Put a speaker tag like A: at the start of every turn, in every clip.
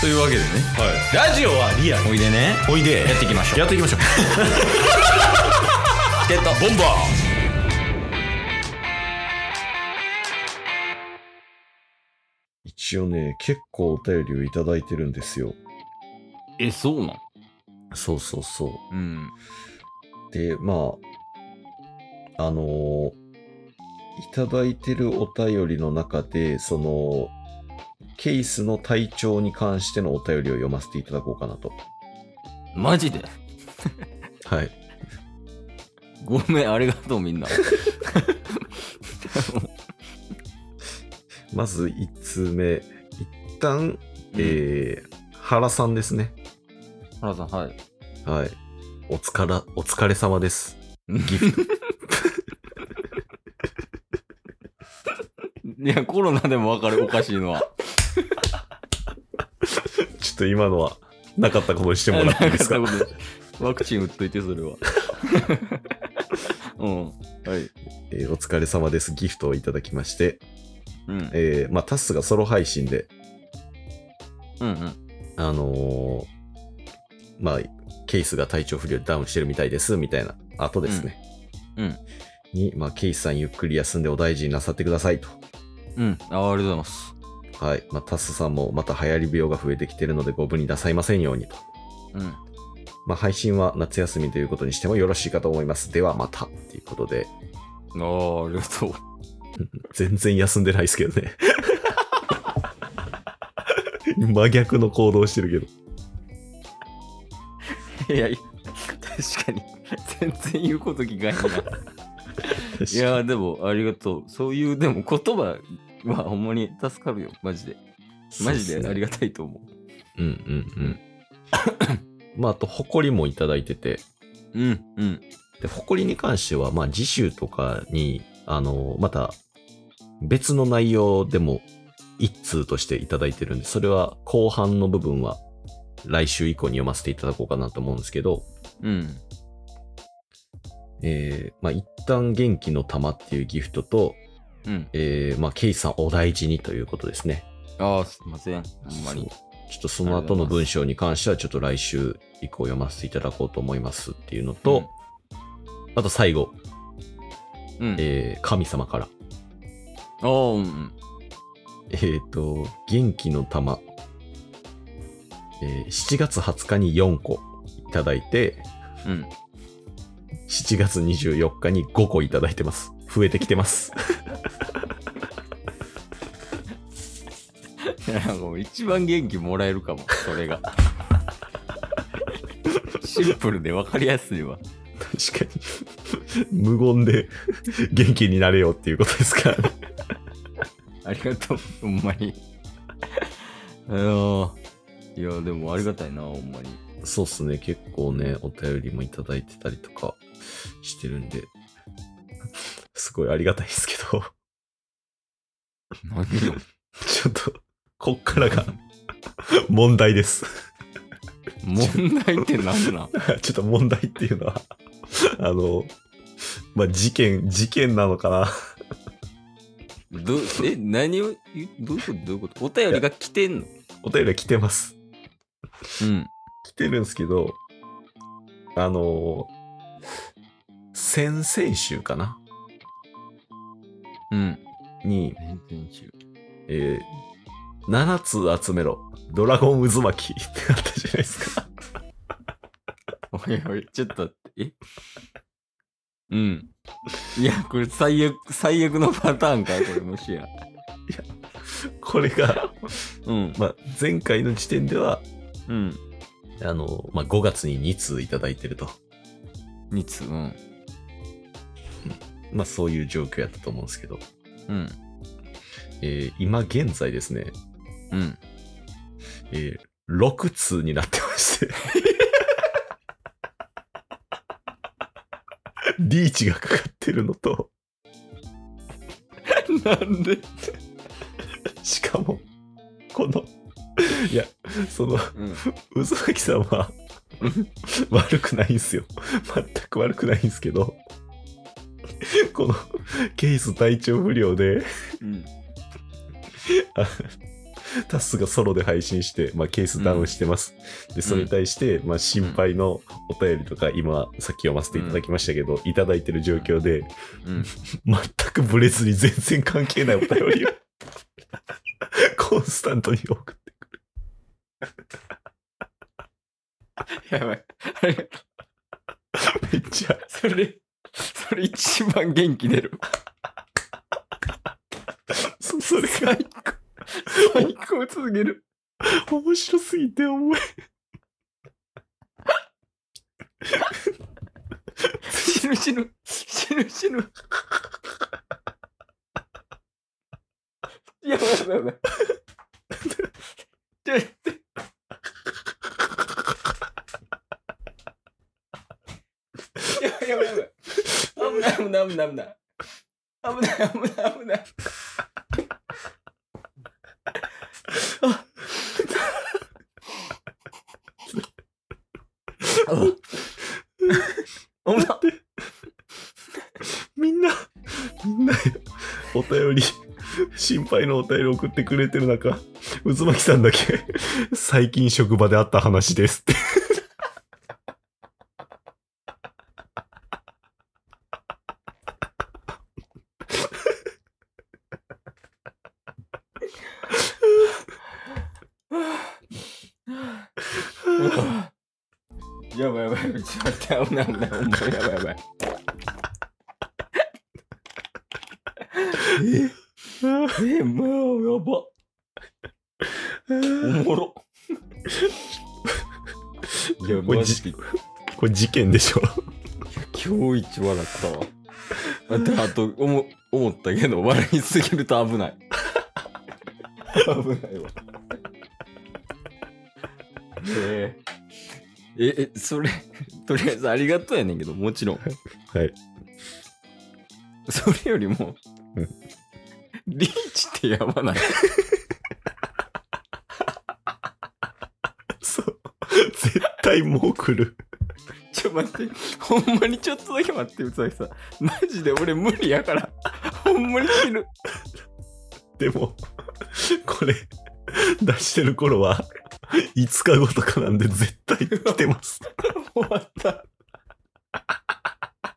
A: というわけでね
B: ラジオはリアル
A: おいでね
B: おいで
A: やっていきましょう
B: やっていきましょう
A: チケットボンバー
C: 一応ね、結構お便りをいただいてるんですよ。
A: えそうなん
C: そうそうそ
A: うん
C: う。で、まあ、あのーいただいてるお便りの中で、その、ケースの体調に関してのお便りを読ませていただこうかなと。
A: マジで
C: はい。
A: ごめんありがとうみんな
C: まず1通目。一旦、えー、原さんですね。
A: 原さんはい
C: はい。お疲れ、お疲れ 様です。ギフト。
A: いやコロナでもわかるおかしいのは
C: ちょっと今のは、なかったことにして も
A: な
C: ら
A: か
C: っていいで
A: っ
C: すか
A: たことワクチン打っといてそれはうんはい
C: えーお疲れ様です。ギフトをいただきまして、
A: うん
C: えーまあ、タスがソロ配信で、
A: うんうん
C: あのーまあ、ケイスが体調不良でダウンしてるみたいです、みたいな、後ですね。
A: うんうん
C: に、まあ、ケイスさんゆっくり休んでお大事になさってくださいと。
A: うんあありがとうございます
C: はい。まあ、タスさんもまた流行り病が増えてきてるのでご無になさいませんようにと。
A: うん
C: まあ、配信は夏休みということにしてもよろしいかと思います。ではまた。っていうことで、
A: ああありがとう
C: 全然休んでないですけどね。 真逆の行動してるけど。
A: いや、いや確かに。全然言うこと聞かへんな。いや、でも、ありがとう。そういう、でも、言葉はほんまに助かるよ。マジで。マジでありがたいと思
C: うんうんうん。 まあ、あと、誇りもいただいてて、
A: う。うん、うん。
C: で、誇りに関しては、まあ、次週とかに、あの、また、別の内容でも、一通としていただいてるんで、それは後半の部分は、来週以降に読ませていただこうかなと思うんですけど、
A: うん。
C: えー、まあ、一旦元気の玉っていうギフトと、
A: うん。
C: えー、まあ、ケイさんお大事にということですね。
A: ああ、すいません。ほんま
C: そう
A: に。
C: ちょっとその後の文章に関しては、ちょっと来週以降読ませていただこうと思いますっていうのと、あと最後、
A: うん、うん。
C: えー神様から。
A: ああ、うん。
C: えっ、と、元気の玉。えー7月20日に4個いただいて、
A: うん。
C: 7月24日に5個いただいてます。増えてき てます。
A: いやなんかもう一番元気もらえるかも、それ が。シンプルで分かりやすいわ。
C: 確かに。無言で元気になれよっていうことですから、ね。
A: ありがとう、ほんまに。あのいや、でもありがたいな、ほんまに。
C: そうっすね。結構ね、お便りもいただいてたりとかしてるんで、 すごいありがたいですけど、
A: 何よ。
C: ちょっと、こっからが問題です。
A: 問題って何なん
C: ちょっと問題っていうのは、あの、まあ、事件、事件なのかな。
A: どえ、何を、いどういうことどういうことお便りが来てんの
C: お便りは来てます。
A: うん。
C: 来てるんですけど、あの、先々週かな
A: うん。
C: に、
A: 全然中。
C: えー、7つ集めろ、ドラゴン渦巻きってあったじゃないですか。
A: おいおい、ちょっと待って、えうん。いや、これ最悪、最悪のパターンか、これもしや。
C: これが、
A: うん。
C: まあ、前回の時点では、
A: うん。
C: あの、まあ、5月に2通いただいてると。
A: 2つ、うん。
C: まあ、そういう状況やったと思うんですけど、
A: うん。
C: えー今現在ですね、
A: うん。
C: えー、6通になってまして。 リーチがかかってるのと、
A: なんで
C: しかも、この、いや、その、
A: うん。
C: 渦巻さんは、悪くないんすよ。全く悪くないんすけど、この、ケース体調不良で、
A: うん。
C: あタスがソロで配信して、まあ、ケースダウンしてます。で、それに対して、まあ、心配のお便りとか、今、さっき読ませていただきましたけど、いただいてる状況で、
A: うん。
C: 全くブレずに全然関係ないお便 りをコンスタントに送って
A: やばい。ありがとう。
C: めっちゃ
A: それ、それ一番元気出る。
C: そそれが
A: 最高。最高続ける。
C: 面白すぎて思え
A: 死ぬ死ぬ。死ぬ死 ぬ。やばいやばいやばい。ちょっと待ってやばいやばいやばい。危ない危ない危ない危ない。危ない危ない危ない。あ危ない。
C: みんなみんなお便り心配のお便り送ってくれてる中渦巻さんだけ最近職場であった話ですって
A: やばいやばい、ちょっと待って、危ない危ない、ほんまやばいやばい。え、え、もうやば。おもろ。いや、
C: これ
A: マジで、
C: これ事件でしょ
A: 今日一笑ったわ。あであと、おも思ったけど、笑いすぎると危ない。危ないわ。えええ、え、それ、とりあえずありがとうやねんけど、もちろん。
C: はい
A: それよりも
C: うん、
A: リーチってやばない。
C: そう絶対もう来る
A: ちょ、待って、ほんまにちょっとだけ待って、うさぎさん。マジで俺無理やから。ほんまに死ぬ。
C: でも、これ、出してる頃は、5日後とかなんで絶対来てます。
A: 終わった。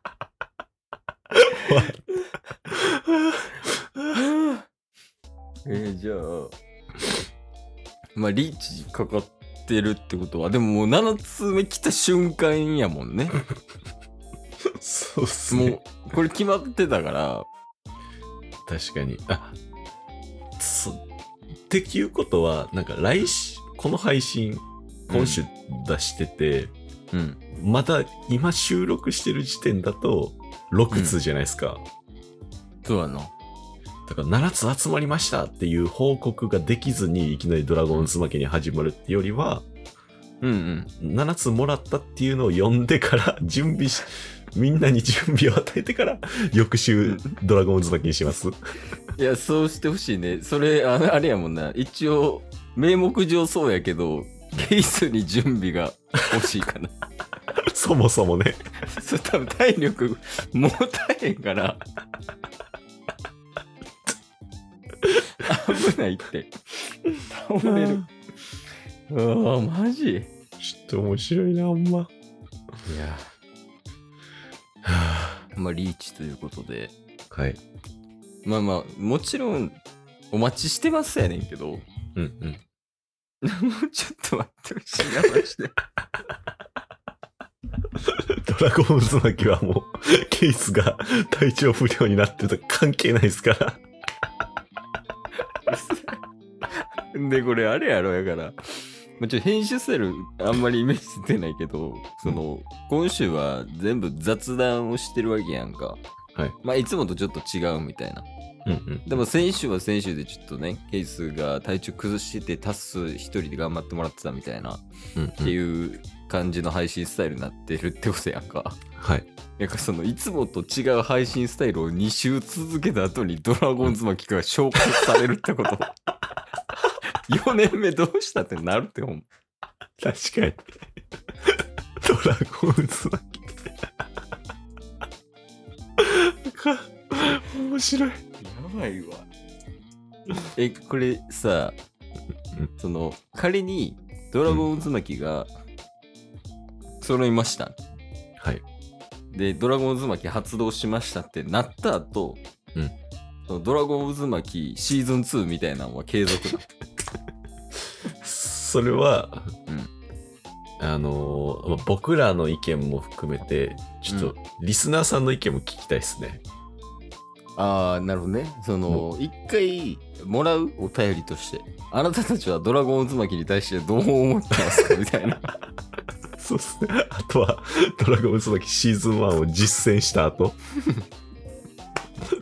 A: えー、じゃあ、まあ、リーチかかってるってことは、でももう7つ目来た瞬間やもんね。
C: そうっす
A: も
C: ね
A: う。、これ決まってた から、
C: 確かに。あ、そ、っていうことは、なんか来週、この配信、今週出してて、
A: うん。
C: まだ今収録してる時点だと、6通じゃないですか。
A: そうやな。
C: だから7つ集まりましたっていう報告ができずにいきなりドラゴンズ負けに始まるってよりは、
A: うんうん。
C: 7つもらったっていうのを読んでから 準備しみんなに準備を与えてから翌週ドラゴンズ巻きにします
A: いや、そうしてほしいね。それあ、あれやもんな。一応、名目上そうやけど、ケースに準備が欲しいかな。
C: そもそもね
A: そう、多分体力、もたへんから。危ないって。倒れる。うわマジい
C: ちょっと面白いなあんま
A: や。まあ、リーチということで。
C: はい
A: まあまあ、もちろん、お待ちしてますやねんけ ど、も
C: うんうん
A: うちょっと待ってほしいな、マジで。
C: ドラゴンズ巻きはもうケイスが体調不良になってた関係ないですから
A: で、これあれやろやから、まあ、ちょ編集セルあんまりイメージ出ないけど、その、今週は全部雑談をしてるわけやんか。
C: はい。
A: まあ、いつもとちょっと違うみたいな。
C: うんうん
A: でも先週は先週でちょっとね、ケースが体調崩してて、タス一人で頑張ってもらってたみたいな、っ
C: うん
A: ていう感じの配信スタイルになってるってことやんか。
C: はい
A: なんかその、いつもと違う配信スタイルを2週続けた後にドラゴンズ巻きが昇格されるってこと。4年目どうしたってなるってほん
C: 確かにドラゴンズ巻きか面白い
A: やばいわ。え、これさ、
C: うん
A: その仮にドラゴン渦巻きが揃いました、
C: はい。
A: でドラゴン渦巻き発動しましたってなった後、
C: うん
A: そのドラゴン渦巻きシーズン2みたいなのは継続だ
C: それは、
A: うん
C: あのーまあ僕らの意見も含めて、ちょっと、リスナーさんの意見も聞きたいですね。
A: ああなるほどねその一回もらうお便りとしてあなたたちはドラゴン渦巻きに対してどう思ってますかみたいな
C: そうですね。あとは、ドラゴン渦巻きシーズン1を実践した 後、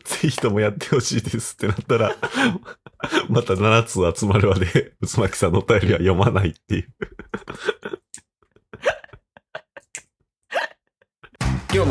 C: ぜひともやってほしいですってなったら、また7つ集まるまで、渦巻きさんのお便りは読まないっていう。
A: 今日